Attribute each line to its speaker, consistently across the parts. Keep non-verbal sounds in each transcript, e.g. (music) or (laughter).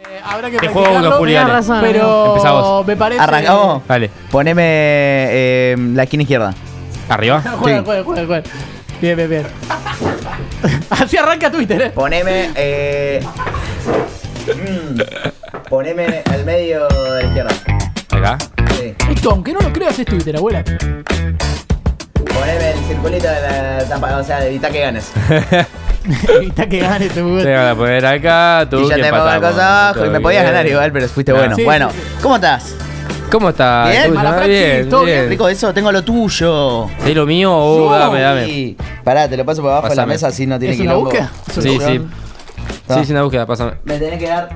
Speaker 1: Eh, habrá que
Speaker 2: Te juego uno,
Speaker 1: practicarlo,
Speaker 2: Juli, dale.
Speaker 1: tenés razón,
Speaker 2: amigo. Empezá
Speaker 1: Pero
Speaker 2: vos.
Speaker 1: me parece...
Speaker 3: Arranca vos.
Speaker 2: Dale,
Speaker 3: Poneme eh, la esquina izquierda.
Speaker 2: arriba.
Speaker 1: Juega,
Speaker 3: Sí.
Speaker 1: juega, juega, juega. Bien, bien, (laughs) bien. Así arranca Twitter, eh.
Speaker 3: Poneme. Eh, mm, poneme al medio de la izquierda.
Speaker 2: Acá.
Speaker 3: Sí.
Speaker 1: Esto, aunque no lo creas, es Twitter,
Speaker 3: (laughs)
Speaker 1: abuela.
Speaker 3: Poneme el circulito de la tapa. O sea, evita que ganes.
Speaker 1: Evita que gane este
Speaker 2: Te
Speaker 1: jugador.
Speaker 2: voy a poner acá, (laughs) tú.
Speaker 3: y yo
Speaker 2: que
Speaker 3: te pongo el
Speaker 2: empatamos.
Speaker 3: coso abajo. Y
Speaker 2: Todo
Speaker 3: me podías
Speaker 2: bien.
Speaker 3: ganar igual, pero fuiste
Speaker 2: Claro.
Speaker 3: bueno.
Speaker 1: Sí,
Speaker 3: bueno,
Speaker 1: sí,
Speaker 3: ¿cómo estás?
Speaker 2: ¿Cómo estás?
Speaker 3: Bien,
Speaker 2: Tuyo,
Speaker 1: mala
Speaker 2: ¿no?
Speaker 1: praxis, todo bien.
Speaker 3: Rico, eso tengo lo tuyo.
Speaker 2: ¿Es lo mío? Oh,
Speaker 1: No.
Speaker 2: Eh. dame, dame.
Speaker 3: Y- Pará, te lo paso por abajo de la
Speaker 2: Pásame.
Speaker 3: mesa así no tiene
Speaker 1: ¿Es
Speaker 3: que
Speaker 1: una búsqueda?
Speaker 2: Sí, sí.
Speaker 3: Ah.
Speaker 2: Sí, sin la búsqueda, pásame.
Speaker 3: Me tenés que dar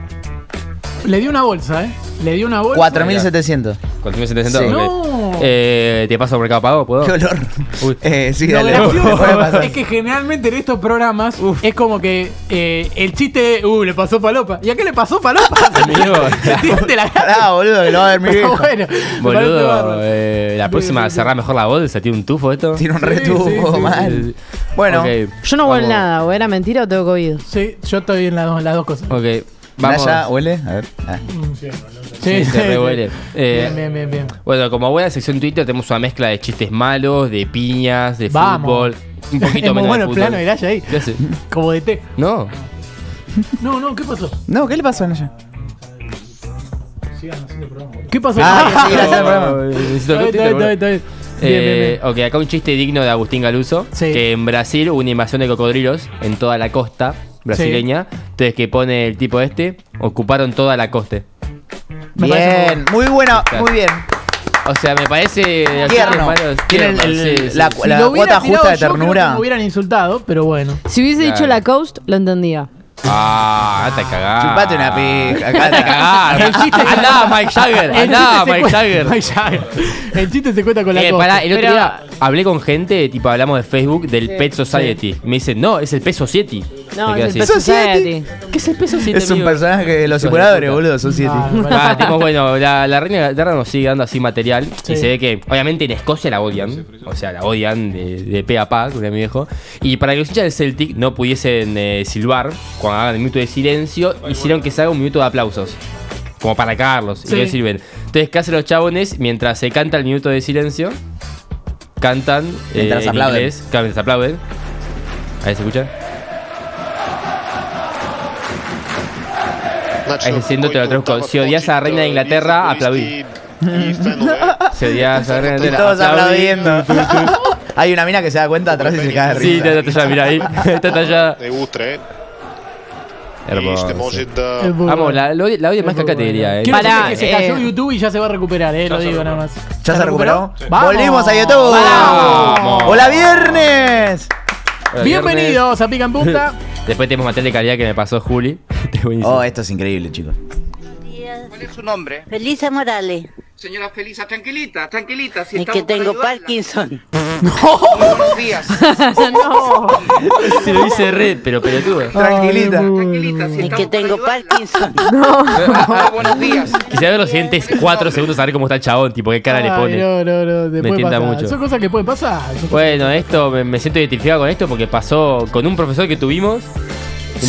Speaker 1: Le di una bolsa, eh. Le di una bolsa.
Speaker 3: 4700.
Speaker 2: 4.700.
Speaker 3: Sí.
Speaker 2: ok.
Speaker 1: No.
Speaker 2: Eh, ¿Te paso por cada pago?
Speaker 3: (laughs)
Speaker 2: ¿Puedo?
Speaker 3: Qué olor.
Speaker 2: Uy.
Speaker 3: Eh, sí,
Speaker 1: Lo
Speaker 3: dale.
Speaker 1: gracioso
Speaker 3: puede pasar.
Speaker 1: es que generalmente en estos programas es como que eh, el chiste, uh, le pasó falopa. ¿Y a qué le pasó falopa?
Speaker 3: (laughs)
Speaker 1: (laughs)
Speaker 2: Amigo.
Speaker 1: Tiraste la gana.
Speaker 3: Pará, boludo, que lo va a ver mi
Speaker 1: Pero (laughs)
Speaker 3: viejo.
Speaker 1: bueno, me parece
Speaker 2: Boludo,
Speaker 1: bárbaro.
Speaker 2: eh, la
Speaker 1: Sí,
Speaker 2: próxima
Speaker 1: sí, sí.
Speaker 2: cerrá mejor la bolsa. ¿Tiene un tufo esto?
Speaker 3: Tiene un
Speaker 1: Sí,
Speaker 3: retubo
Speaker 1: sí, sí,
Speaker 3: mal.
Speaker 2: sí.
Speaker 3: Bueno,
Speaker 2: Ok,
Speaker 4: Yo no
Speaker 2: vamos.
Speaker 4: huelo nada, o era mentira o tengo COVID.
Speaker 1: Sí, yo estoy en las dos, las dos cosas.
Speaker 2: Ok, vamos.
Speaker 3: Naya, ¿huele? A ver. Ah.
Speaker 2: Sí, (laughs) se revuelve. Eh,
Speaker 1: Bien, bien, bien, bien.
Speaker 2: Bueno, como buena sección Twitter tenemos una mezcla de chistes malos, de piñas, de
Speaker 1: Vamos.
Speaker 2: fútbol. Un
Speaker 1: (laughs)
Speaker 2: poquito
Speaker 1: Es muy
Speaker 2: menos
Speaker 1: bueno
Speaker 2: de
Speaker 1: el
Speaker 2: fútbol.
Speaker 1: plano de Naya
Speaker 2: (laughs)
Speaker 1: ahí.
Speaker 2: ¿Qué hace?
Speaker 1: Como de té.
Speaker 2: No.
Speaker 1: No, no, ¿qué pasó?
Speaker 3: No, ¿qué le pasó a Naya?
Speaker 1: ¿Qué pasó? (laughs)
Speaker 3: Ah, sí, gracias,
Speaker 2: No,
Speaker 3: programa.
Speaker 1: Está bien,
Speaker 2: necesito el
Speaker 1: está
Speaker 2: Twitter,
Speaker 1: bien, está bien,
Speaker 2: boludo.
Speaker 1: está bien. Bien, bien,
Speaker 2: Eh,
Speaker 1: bien.
Speaker 2: ok, acá un chiste digno de Agustín Galuso.
Speaker 1: Sí.
Speaker 2: Que en Brasil hubo una invasión de cocodrilos en toda la costa brasileña. Entonces, que pone el tipo este, ocuparon toda la costa.
Speaker 1: Me parece
Speaker 3: Bien, muy bueno,
Speaker 2: Claro.
Speaker 3: muy bien.
Speaker 2: O sea, me parece. de los chistes
Speaker 3: Tierno.
Speaker 2: malos,
Speaker 3: Tiene el-
Speaker 2: tierno,
Speaker 3: el-
Speaker 2: sí, sí,
Speaker 3: la,
Speaker 2: sí.
Speaker 1: Si
Speaker 3: la
Speaker 1: lo hubiera
Speaker 3: cuota
Speaker 1: tirado
Speaker 3: justa de
Speaker 1: yo, creo que
Speaker 3: ternura.
Speaker 1: Me hubieran insultado, pero bueno.
Speaker 4: Si hubiese
Speaker 2: Claro.
Speaker 4: dicho la coast, lo entendía.
Speaker 2: Ah, anda a cagar.
Speaker 3: Chupate una pija. acá
Speaker 2: Anda a
Speaker 3: está.
Speaker 2: (laughs) cagar.
Speaker 1: El chiste-
Speaker 2: Ah, Andá, Mike Jagger.
Speaker 1: El
Speaker 2: Andá,
Speaker 1: chiste se
Speaker 2: Mike
Speaker 1: cuenta-
Speaker 2: Jagger.
Speaker 1: Mike Jagger. El chiste se cuenta con la
Speaker 2: Eh,
Speaker 1: costa.
Speaker 2: pará, el otro
Speaker 4: Pero-
Speaker 2: día hablé con gente, tipo hablamos de Facebook del Pet Society. Me dicen, no, es el Pet Society.
Speaker 4: No,
Speaker 2: Me quedé
Speaker 4: es el
Speaker 2: así.
Speaker 4: Pet Society.
Speaker 2: ¿Qué es el Pet Society?
Speaker 3: Es un
Speaker 2: amigo?
Speaker 3: personaje de los
Speaker 2: Hijo de
Speaker 3: simuladores,
Speaker 2: puta.
Speaker 3: boludo, son siete.
Speaker 1: Ah, me (laughs) parece-
Speaker 2: Ah,
Speaker 3: (laughs)
Speaker 2: tipo, bueno, la, la reina de Inglaterra nos sigue dando así material.
Speaker 1: Sí.
Speaker 2: Y se ve que, obviamente, en Escocia la odian. O sea, la odian de, de pe a pa, como mi viejo. Y para que los hinchas del Celtic no pudiesen eh, silbar, cuando hagan el minuto de silencio, hicieron que se haga un minuto de aplausos. Como para Carlos.
Speaker 1: Sí.
Speaker 2: Y le sirven. Entonces, ¿qué hacen los chabones mientras se canta el minuto de silencio? Cantan. eh,
Speaker 3: Mientras
Speaker 2: en
Speaker 3: aplauden.
Speaker 2: inglés, claro, mientras aplauden. Ahí se escucha.
Speaker 5: Ahí diciendo te lo traduzco. Si odias a la reina de Inglaterra, aplaudí. (laughs)
Speaker 2: Se odia a la reina de
Speaker 3: (laughs) Y
Speaker 2: Inglaterra.
Speaker 3: todos
Speaker 2: Aplaudí.
Speaker 3: aplaudiendo. Hay una mina que se da cuenta atrás y se cae de
Speaker 2: Sí,
Speaker 3: risa.
Speaker 2: está tallada, mira ahí. Está tallada. Hermoso.
Speaker 1: Es muy
Speaker 2: Vamos,
Speaker 1: bueno.
Speaker 2: la, lo, la odio más que acá te diría, eh.
Speaker 1: Quiero
Speaker 4: Pará,
Speaker 1: decirles que se cayó
Speaker 4: eh,
Speaker 1: YouTube y ya se va a recuperar, eh, lo
Speaker 2: se
Speaker 1: digo nada más.
Speaker 3: ¿Ya se recuperó?
Speaker 1: Vamos.
Speaker 3: Volvimos a YouTube.
Speaker 2: Vamos.
Speaker 3: ¡Hola, viernes!
Speaker 2: Hola,
Speaker 1: Bienvenidos a Pica en
Speaker 2: (laughs)
Speaker 1: Punta.
Speaker 2: viernes. Después tenemos material de calidad que me pasó Juli. (laughs) Es buenísimo.
Speaker 3: Oh, esto es increíble, chicos.
Speaker 6: ¿Cuál es su nombre?
Speaker 7: Felisa Morales,
Speaker 6: Señora Felisa, tranquilita, tranquilita. Si
Speaker 7: es
Speaker 6: estamos
Speaker 7: que
Speaker 6: para
Speaker 7: tengo
Speaker 6: ayudarla.
Speaker 7: Parkinson.
Speaker 6: Buenos días.
Speaker 4: (laughs)
Speaker 2: Se lo dice red, pero pelotudo.
Speaker 3: Tranquilita.
Speaker 6: Tranquilita, si
Speaker 7: Es
Speaker 6: estamos
Speaker 7: que
Speaker 6: para
Speaker 7: tengo
Speaker 6: ayudarla. (laughs)
Speaker 7: Parkinson.
Speaker 6: Ah, buenos días.
Speaker 2: Quisiera ver los siguientes cuatro segundos a ver cómo está el chabón, tipo qué cara le
Speaker 1: Ay,
Speaker 2: pone.
Speaker 1: No, no, no, te
Speaker 2: Me
Speaker 1: puede
Speaker 2: tienta
Speaker 1: pasar.
Speaker 2: mucho.
Speaker 1: Son cosas que pueden pasar.
Speaker 2: Bueno, esto me, me siento identificado con esto porque pasó con un profesor que tuvimos. nuestra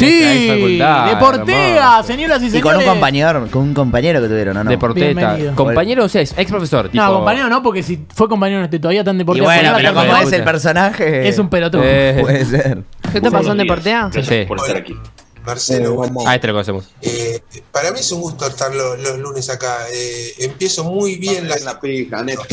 Speaker 1: Sí,
Speaker 2: facultad,
Speaker 1: deportea,
Speaker 2: hermoso.
Speaker 1: señoras y señores.
Speaker 3: Y con un compañero, con un compañero que tuvieron, ¿o ¿no?
Speaker 2: de porteta.
Speaker 1: Bienvenido.
Speaker 2: Compañero, o sea, ex profesor.
Speaker 1: No, compañero no, porque si fue compañero no esté todavía tan
Speaker 3: Y
Speaker 1: deportea.
Speaker 3: bueno,
Speaker 1: Porque
Speaker 3: pero
Speaker 1: ahora
Speaker 3: como
Speaker 1: tan-
Speaker 3: es el personaje.
Speaker 1: Es un pelotudo.
Speaker 2: Eh,
Speaker 3: Puede ser.
Speaker 4: ¿Qué te pasó en Deportea?
Speaker 2: Sí.
Speaker 8: por estar aquí.
Speaker 9: Marcelo, buen día.
Speaker 2: Ah, este lo conocemos.
Speaker 9: Eh, para mí es un gusto estar lo- los lunes acá. Eh, empiezo muy bien la...
Speaker 8: la pija, Néstor.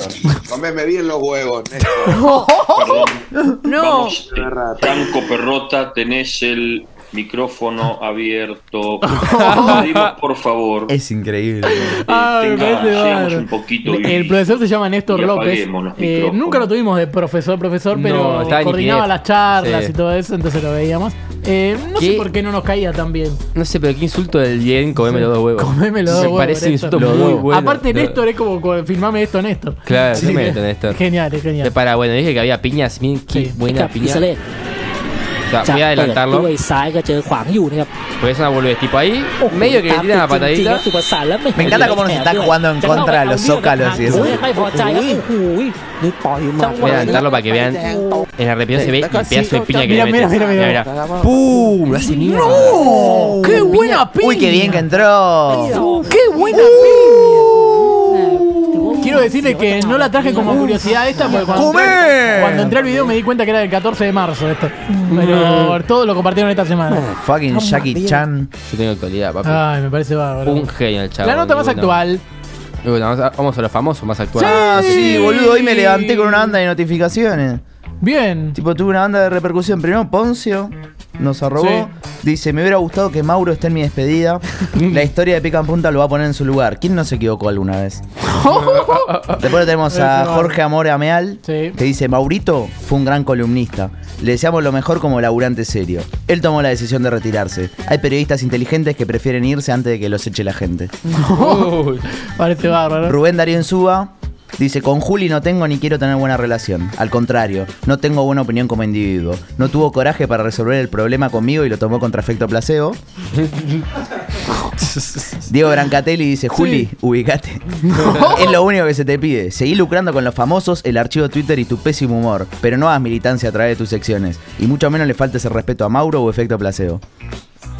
Speaker 8: Comeme bien los huevos, Néstor.
Speaker 1: (laughs)
Speaker 4: Perdón. No.
Speaker 8: De verdad.
Speaker 10: Franco Perrota, tenés el micrófono abierto. Pedimos, por favor, que
Speaker 3: Es increíble.
Speaker 1: Ah, me
Speaker 10: tenga-
Speaker 1: parece
Speaker 10: seamos
Speaker 1: bárbaro. Eh,
Speaker 10: un poquito. y-
Speaker 1: El profesor se llama Néstor
Speaker 10: y
Speaker 1: López.
Speaker 10: apaguemos los
Speaker 1: Eh,
Speaker 10: micrófonos.
Speaker 1: nunca lo tuvimos de profesor, profesor,
Speaker 2: No,
Speaker 1: pero
Speaker 2: estaba en
Speaker 1: coordinaba
Speaker 2: IPF.
Speaker 1: las charlas
Speaker 2: Sí.
Speaker 1: y todo eso, entonces lo veíamos. Eh, no sé
Speaker 2: ¿Qué?
Speaker 1: por qué no nos caía tan bien.
Speaker 2: No sé, pero qué insulto del bien, comeme los dos huevos.
Speaker 1: Comeme los dos
Speaker 2: Me
Speaker 1: huevos,
Speaker 2: parece un
Speaker 1: Néstor.
Speaker 2: insulto muy bueno.
Speaker 1: Aparte,
Speaker 2: No.
Speaker 1: Néstor es como cu- filmame esto, Néstor.
Speaker 2: Claro,
Speaker 1: Así
Speaker 2: filmame
Speaker 1: que-
Speaker 2: esto, Néstor.
Speaker 1: Genial, es genial.
Speaker 2: Para, bueno, dije que había piñas. Miren qué
Speaker 1: Sí.
Speaker 2: buena piña. sea, voy a adelantarlo.
Speaker 7: ด้วยซ้ายก็เจอขวางอยู่นะครับ
Speaker 2: Porque es una boludez. Tipo ahí,
Speaker 7: โอ้โห
Speaker 2: medio que le
Speaker 7: ตาม
Speaker 2: tiran la
Speaker 7: ติดจริงๆ
Speaker 2: patadita.
Speaker 7: ครับสุภาษาแล้วไม่
Speaker 3: Me encanta cómo nos están jugando en contra de los zócalos y eso.
Speaker 7: ไม่พอใจครับโอ้โหนี่ต่อยมา
Speaker 2: Voy a adelantarlo para que vean. En la repetición se ve el pedazo de piña que
Speaker 1: Mira,
Speaker 2: le
Speaker 1: mira,
Speaker 2: mete.
Speaker 1: mira, mira.
Speaker 2: ¡Pum! Lo hace mierda.
Speaker 1: ¡Oh! ¡Qué buena piña!
Speaker 3: Uy, qué bien ¡Uh! que entró.
Speaker 1: ¡Qué buena
Speaker 2: Uh,
Speaker 1: piña! Quiero decirle que no la traje como curiosidad esta porque cuando,
Speaker 3: ¡Come!
Speaker 1: entré, cuando entré al video me di cuenta que era del 14 de marzo esto.
Speaker 2: Mm.
Speaker 1: Pero todo lo compartieron esta semana.
Speaker 3: Fucking Jackie Chan.
Speaker 2: Yo tengo actualidad, papi.
Speaker 1: Ay, me parece bárbaro.
Speaker 2: Un genio el chaval.
Speaker 1: Ah, La nota más
Speaker 2: Bueno.
Speaker 1: actual.
Speaker 2: Bueno, vamos a- vamos a los famosos más actuales.
Speaker 3: Ah, sí,
Speaker 1: Sí.
Speaker 3: boludo, hoy me levanté con una banda de notificaciones.
Speaker 1: Bien.
Speaker 3: Tipo, tuve una banda de repercusión. Primero Poncio nos arrobó. Dice, me hubiera gustado que Mauro esté en mi despedida. La historia de Pica en Punta lo va a poner en su lugar. ¿Quién no se equivocó alguna vez? Después tenemos a Jorge Amor Ameal,
Speaker 1: Sí.
Speaker 3: que dice, Maurito fue un gran columnista. Le deseamos lo mejor como laburante serio. Él tomó la decisión de retirarse. Hay periodistas inteligentes que prefieren irse antes de que los eche la gente.
Speaker 1: (laughs) Parece bárbaro.
Speaker 3: Rubén Darío Insúa dice, con Juli no tengo ni quiero tener buena relación. Al contrario, no tengo buena opinión como individuo. No tuvo coraje para resolver el problema conmigo y lo tomó contra efecto placebo. Diego Brancatelli dice, Juli, ubicate. es lo único que se te pide. Seguí lucrando con los famosos, el archivo Twitter y tu pésimo humor. Pero no hagas militancia a través de tus secciones. Y mucho menos le faltes el respeto a Mauro o efecto placebo.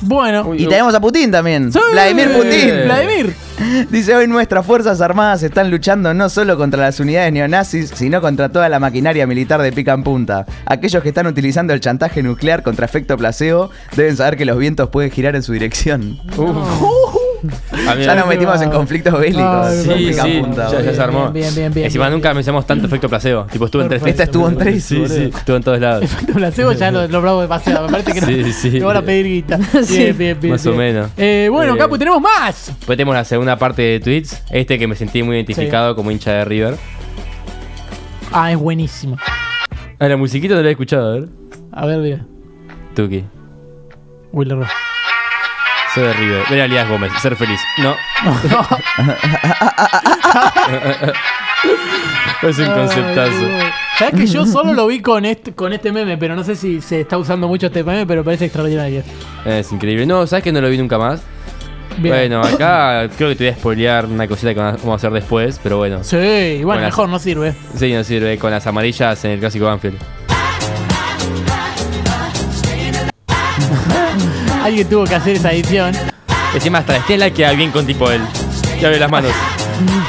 Speaker 1: Bueno.
Speaker 3: Y tenemos a Putin también.
Speaker 1: Sí.
Speaker 3: Vladimir Putin.
Speaker 1: Vladimir. (laughs)
Speaker 3: (laughs) Dice hoy nuestras Fuerzas Armadas están luchando no solo contra las unidades neonazis, sino contra toda la maquinaria militar de pica en punta. Aquellos que están utilizando el chantaje nuclear contra efecto placebo deben saber que los vientos pueden girar en su dirección.
Speaker 2: Uh. A mí-
Speaker 3: Ya nos metimos en conflictos bélicos.
Speaker 1: Ay,
Speaker 3: con
Speaker 1: sí,
Speaker 3: pica en
Speaker 1: sí,
Speaker 3: punta,
Speaker 2: ya, ya
Speaker 3: boludo.
Speaker 2: se armó.
Speaker 1: Bien, bien, bien, bien,
Speaker 2: Encima
Speaker 1: bien.
Speaker 2: nunca pensamos tanto efecto placebo. Tipo, estuvo en tres
Speaker 3: Esta estuvo en tres.
Speaker 2: Sí,
Speaker 3: boludo.
Speaker 2: sí, estuvo en todos lados.
Speaker 1: Efecto placebo ya lo, lo bravo de paseo. Me parece que no.
Speaker 2: Sí, sí.
Speaker 1: Te van a pedir
Speaker 2: (laughs)
Speaker 1: guita.
Speaker 4: Sí.
Speaker 1: Bien, bien, bien,
Speaker 2: Más o
Speaker 1: bien.
Speaker 2: menos.
Speaker 1: Eh, bueno,
Speaker 2: Eh.
Speaker 1: Capu, tenemos más.
Speaker 2: Después tenemos la segunda parte de tweets. Este que me sentí muy identificado como hincha de River.
Speaker 1: Ah, es buenísimo.
Speaker 2: Ah, la musiquita no la he escuchado, a ver.
Speaker 1: A ver, mira.
Speaker 2: Tuki.
Speaker 1: Willer Ross.
Speaker 2: Soy de River. Ver a Elías Gómez. Ser feliz. (laughs) No. es un conceptazo.
Speaker 1: Sabes que
Speaker 2: (laughs)
Speaker 1: yo solo lo vi con este, con este meme, pero no sé si se está usando mucho este meme, pero parece extraordinario.
Speaker 2: Es increíble. No, ¿sabes que no lo vi nunca más?
Speaker 1: Bien.
Speaker 2: Bueno, acá creo que te voy a spoilear una cosita que vamos a hacer después, pero bueno.
Speaker 1: Sí, bueno,
Speaker 2: Buenas.
Speaker 1: mejor no sirve.
Speaker 2: Sí, no sirve. Con las amarillas en el clásico Banfield.
Speaker 1: Alguien tuvo que hacer esa edición.
Speaker 2: Encima hasta la Estela queda bien con tipo él. Ya ve las manos.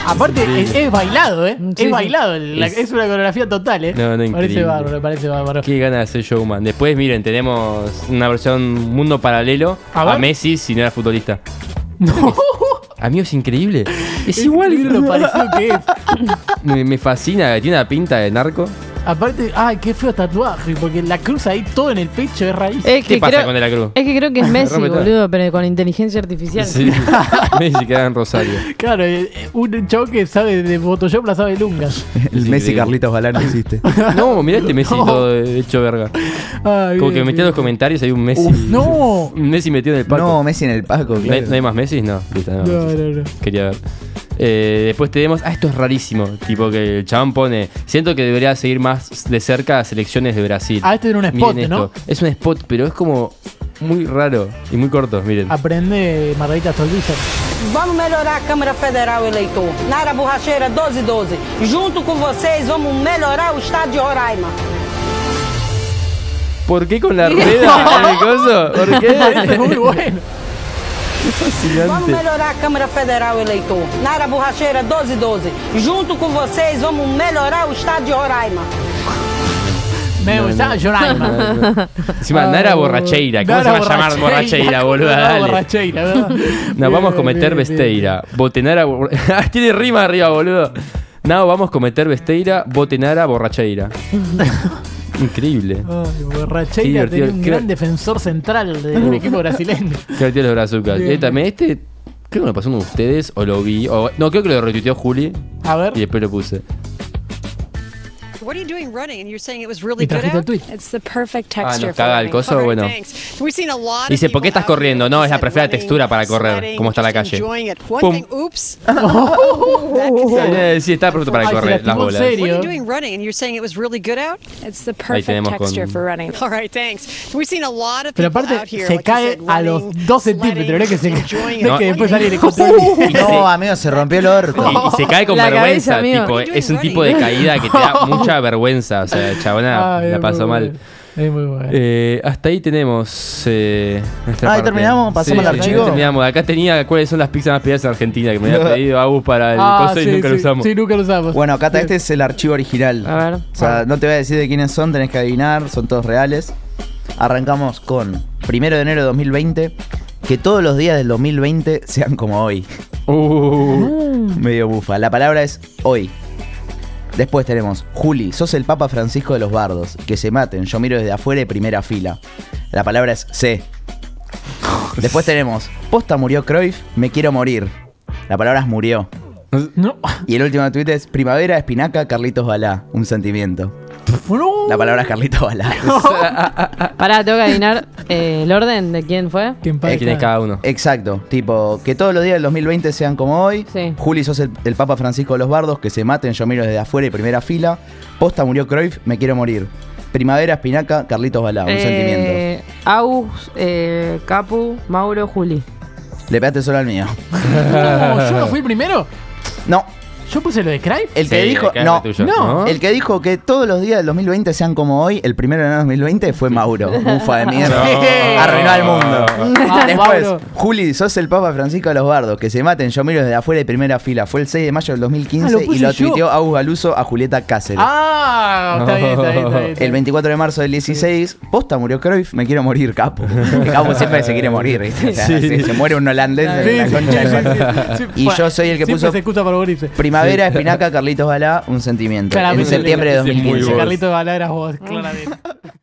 Speaker 1: Aparte, es,
Speaker 2: increíble.
Speaker 1: es bailado, ¿eh?
Speaker 4: Mm, Sí,
Speaker 1: es
Speaker 4: sí.
Speaker 1: bailado. la- es,
Speaker 2: Es-
Speaker 1: una coreografía total, ¿eh?
Speaker 2: No, no,
Speaker 1: parece
Speaker 2: increíble.
Speaker 1: bárbaro, parece bárbaro.
Speaker 2: Qué ganas de ser showman. Después, miren, tenemos una versión mundo paralelo
Speaker 1: A ver.
Speaker 2: a, Messi si no era futbolista.
Speaker 1: No,
Speaker 2: (laughs) Amigo, es increíble.
Speaker 1: es igual
Speaker 2: (laughs)
Speaker 1: que lo parecido que es.
Speaker 2: me, me fascina, tiene una pinta de narco.
Speaker 1: Aparte, ay, qué feo tatuaje, porque la cruz ahí todo en el pecho es raíz.
Speaker 4: Es
Speaker 2: ¿Qué
Speaker 4: que,
Speaker 2: pasa
Speaker 4: creo,
Speaker 2: con De la Cruz?
Speaker 4: es que creo que es Messi,
Speaker 2: Rompe todo.
Speaker 4: boludo, pero con inteligencia artificial.
Speaker 2: Sí. (laughs) Messi queda en Rosario.
Speaker 1: Claro, eh, eh, un chavo que sabe de Photoshop la sabe nunca.
Speaker 3: El
Speaker 2: Es
Speaker 3: Messi
Speaker 2: increíble.
Speaker 3: Carlitos
Speaker 2: (laughs)
Speaker 3: Balán no existe.
Speaker 2: No, mirá
Speaker 1: (laughs)
Speaker 2: este Messi todo hecho verga.
Speaker 1: Ay,
Speaker 2: Como
Speaker 1: bien,
Speaker 2: que
Speaker 1: bien.
Speaker 2: metí en los comentarios hay un Messi.
Speaker 1: No.
Speaker 2: Un Messi metido en el palco.
Speaker 3: No, Messi en el Paco,
Speaker 2: ¿No hay,
Speaker 3: claro.
Speaker 2: no hay más Messi? No, listo, no.
Speaker 1: No,
Speaker 2: Messi.
Speaker 1: no, no.
Speaker 2: Quería ver. Eh, después tenemos. Ah, esto es rarísimo. Tipo que el chabón pone. Siento que debería seguir más de cerca las selecciones de Brasil.
Speaker 1: Ah, este era un spot,
Speaker 2: Miren esto.
Speaker 1: ¿no?
Speaker 2: Es un spot, pero es como muy raro y muy corto. Miren.
Speaker 1: Ah. Aprende Margarita Solvisa.
Speaker 11: Vamos melhorar a Câmara Federal Eleitor. Nara Borracheira 1212. Junto com vocês, vamos melhorar o estado de Roraima.
Speaker 2: ¿Por qué con
Speaker 1: (laughs)
Speaker 2: la rueda en el coso? ¿Por
Speaker 1: Este es muy
Speaker 2: qué?
Speaker 1: bueno.
Speaker 11: Vamos
Speaker 2: Fascinante.
Speaker 11: melhorar a Câmara Federal Eleitor. Nara Borracheira 1212. Junto com vocês, vamos melhorar o estado de Roraima.
Speaker 1: Me gusta Joraima.
Speaker 2: Encima, Nara Borracheira. ¿Cómo se va a llamar Borracheira, boluda?
Speaker 1: Nara
Speaker 2: Dale.
Speaker 1: Borracheira, ¿verdad?
Speaker 2: (laughs) Nos vamos a
Speaker 1: Bien,
Speaker 2: cometer
Speaker 1: bien,
Speaker 2: Besteira. Botenara. bor- (laughs) Ah, Tiene rima arriba, boludo. No, vamos a cometer Besteira,
Speaker 1: (laughs)
Speaker 2: Botenara, Borracheira. Increíble.
Speaker 1: bien. Ay,
Speaker 2: Qué
Speaker 1: Borracheira
Speaker 2: divertido.
Speaker 1: tenía un
Speaker 2: Qué-
Speaker 1: gran defensor central del equipo brasileño.
Speaker 2: Qué divertido los brazucas. Eh, también este, creo que me pasó uno de ustedes, o lo vi. o- no, creo que lo retuiteó Juli
Speaker 1: A ver.
Speaker 2: y después lo puse.
Speaker 12: What are you doing running? And you're saying it was really
Speaker 2: Y
Speaker 12: good
Speaker 2: trajiste el
Speaker 12: out?
Speaker 2: tuit.
Speaker 12: It's the perfect
Speaker 2: Ah,
Speaker 12: texture for
Speaker 2: nos caga el
Speaker 12: running.
Speaker 2: coso,
Speaker 12: Alright,
Speaker 2: bueno.
Speaker 12: thanks. We've seen a lot of
Speaker 2: Dice, ¿por
Speaker 12: people
Speaker 2: qué estás corriendo? No, es la preferida textura para correr,
Speaker 12: sweating,
Speaker 2: como está la
Speaker 12: just
Speaker 2: calle.
Speaker 12: enjoying it. One
Speaker 2: Pum.
Speaker 12: thing- oops. That could sound-
Speaker 2: Eh, Sí, está perfecto para correr las bolas.
Speaker 12: What are you doing running? And you're saying it was really good out? It's the
Speaker 2: Ahí tenemos perfect texture
Speaker 1: (laughs)
Speaker 2: con- for
Speaker 12: running. (laughs) All right, thanks. We've seen a lot of
Speaker 1: Pero
Speaker 12: people
Speaker 1: aparte
Speaker 12: out here,
Speaker 1: se
Speaker 12: like I
Speaker 1: cae
Speaker 12: said,
Speaker 1: a los 2 centímetros, no es que se no es que después sale y le
Speaker 12: (laughs)
Speaker 3: No, amigo, se rompió el orto.
Speaker 2: Y, y se cae con vergüenza, tipo, es un tipo de caída que
Speaker 1: (laughs)
Speaker 2: te da mucha vergüenza. O sea, chabona,
Speaker 1: Ay,
Speaker 2: Ah, la
Speaker 1: es muy
Speaker 2: pasó mal.
Speaker 1: bueno. Es muy bueno.
Speaker 2: Eh, hasta ahí tenemos. Eh, nuestra
Speaker 3: Ah, ¿y
Speaker 2: parte.
Speaker 3: terminamos? ¿Pasamos al archivo?
Speaker 2: terminamos. Acá tenía cuáles son las pizzas más pedidas en Argentina que me
Speaker 3: (laughs)
Speaker 2: había pedido Agus para el
Speaker 1: Ah,
Speaker 2: coso y
Speaker 1: sí,
Speaker 2: nunca lo
Speaker 1: sí,
Speaker 2: usamos.
Speaker 1: Sí, nunca lo usamos.
Speaker 3: Bueno, Cata, este es el archivo original. A ver. Ah. O sea, no te voy a decir de quiénes son, tenés que adivinar, son todos reales. Arrancamos con 1 de enero de 2020. Que todos los días del 2020 sean como hoy.
Speaker 2: Uh,
Speaker 3: Medio bufa. La palabra es hoy. Después tenemos Juli, sos el Papa Francisco de los Bardos. Que se maten, yo miro desde afuera de primera fila. La palabra es C. Después tenemos Posta murió Cruyff, me quiero morir. La palabra es murió.
Speaker 1: (laughs)
Speaker 3: Y el último tweet es Primavera, espinaca, Carlitos Balá. Un sentimiento. La palabra es Carlitos Balá.
Speaker 4: Pará, tengo que adivinar eh, el orden de quién fue.
Speaker 3: Eh, Exacto. Tipo, que todos los días del 2020 sean como hoy. Juli, sos el, el Papa Francisco de los Bardos, que se maten, yo miro desde afuera y primera fila. Posta murió Cruyff, me quiero morir. Primavera, espinaca, Carlitos Balá. Un sentimiento.
Speaker 4: Eh, Agus, eh, Capu, Mauro, Juli.
Speaker 3: Le pegaste solo al mío.
Speaker 1: No, ¿Yo no fui el primero?
Speaker 3: No.
Speaker 1: ¿Yo puse lo de Cry?
Speaker 3: El que dijo, no, no, el que dijo que todos los días del 2020 sean como hoy, el primero de enero del 2020 fue Mauro,
Speaker 1: (laughs)
Speaker 3: bufa de mierda.
Speaker 2: No.
Speaker 3: Arruinó al mundo.
Speaker 1: Ah,
Speaker 3: Después,
Speaker 1: Mauro.
Speaker 3: Juli, sos el Papa Francisco de los Bardos, que se maten, yo miro desde afuera de primera fila. Fue el 6 de mayo del 2015
Speaker 1: Ah, lo
Speaker 3: y
Speaker 1: puse
Speaker 3: lo
Speaker 1: yo.
Speaker 3: tuiteó Agus Galuso a Julieta Cáceres.
Speaker 1: Ah, está bien, está bien, está bien. está bien.
Speaker 3: El 24 de marzo del 16, posta murió Cruyff, me quiero morir, capo. El capo siempre se quiere morir, ¿viste? O sea,
Speaker 1: Sí.
Speaker 3: se, se muere un holandés en la
Speaker 1: Sí, sí,
Speaker 3: concha de
Speaker 1: sí,
Speaker 3: su madre.
Speaker 1: sí, sí, sí.
Speaker 3: Y
Speaker 1: Bueno,
Speaker 3: yo soy el que
Speaker 1: siempre
Speaker 3: puso
Speaker 1: se excusa para morirse.
Speaker 3: Primavera,
Speaker 1: Sí.
Speaker 3: espinaca, Carlitos Balá, un sentimiento. en
Speaker 1: Claramente,
Speaker 3: septiembre de
Speaker 1: Ese
Speaker 3: 2015.
Speaker 1: Carlito Balá eras vos, claramente.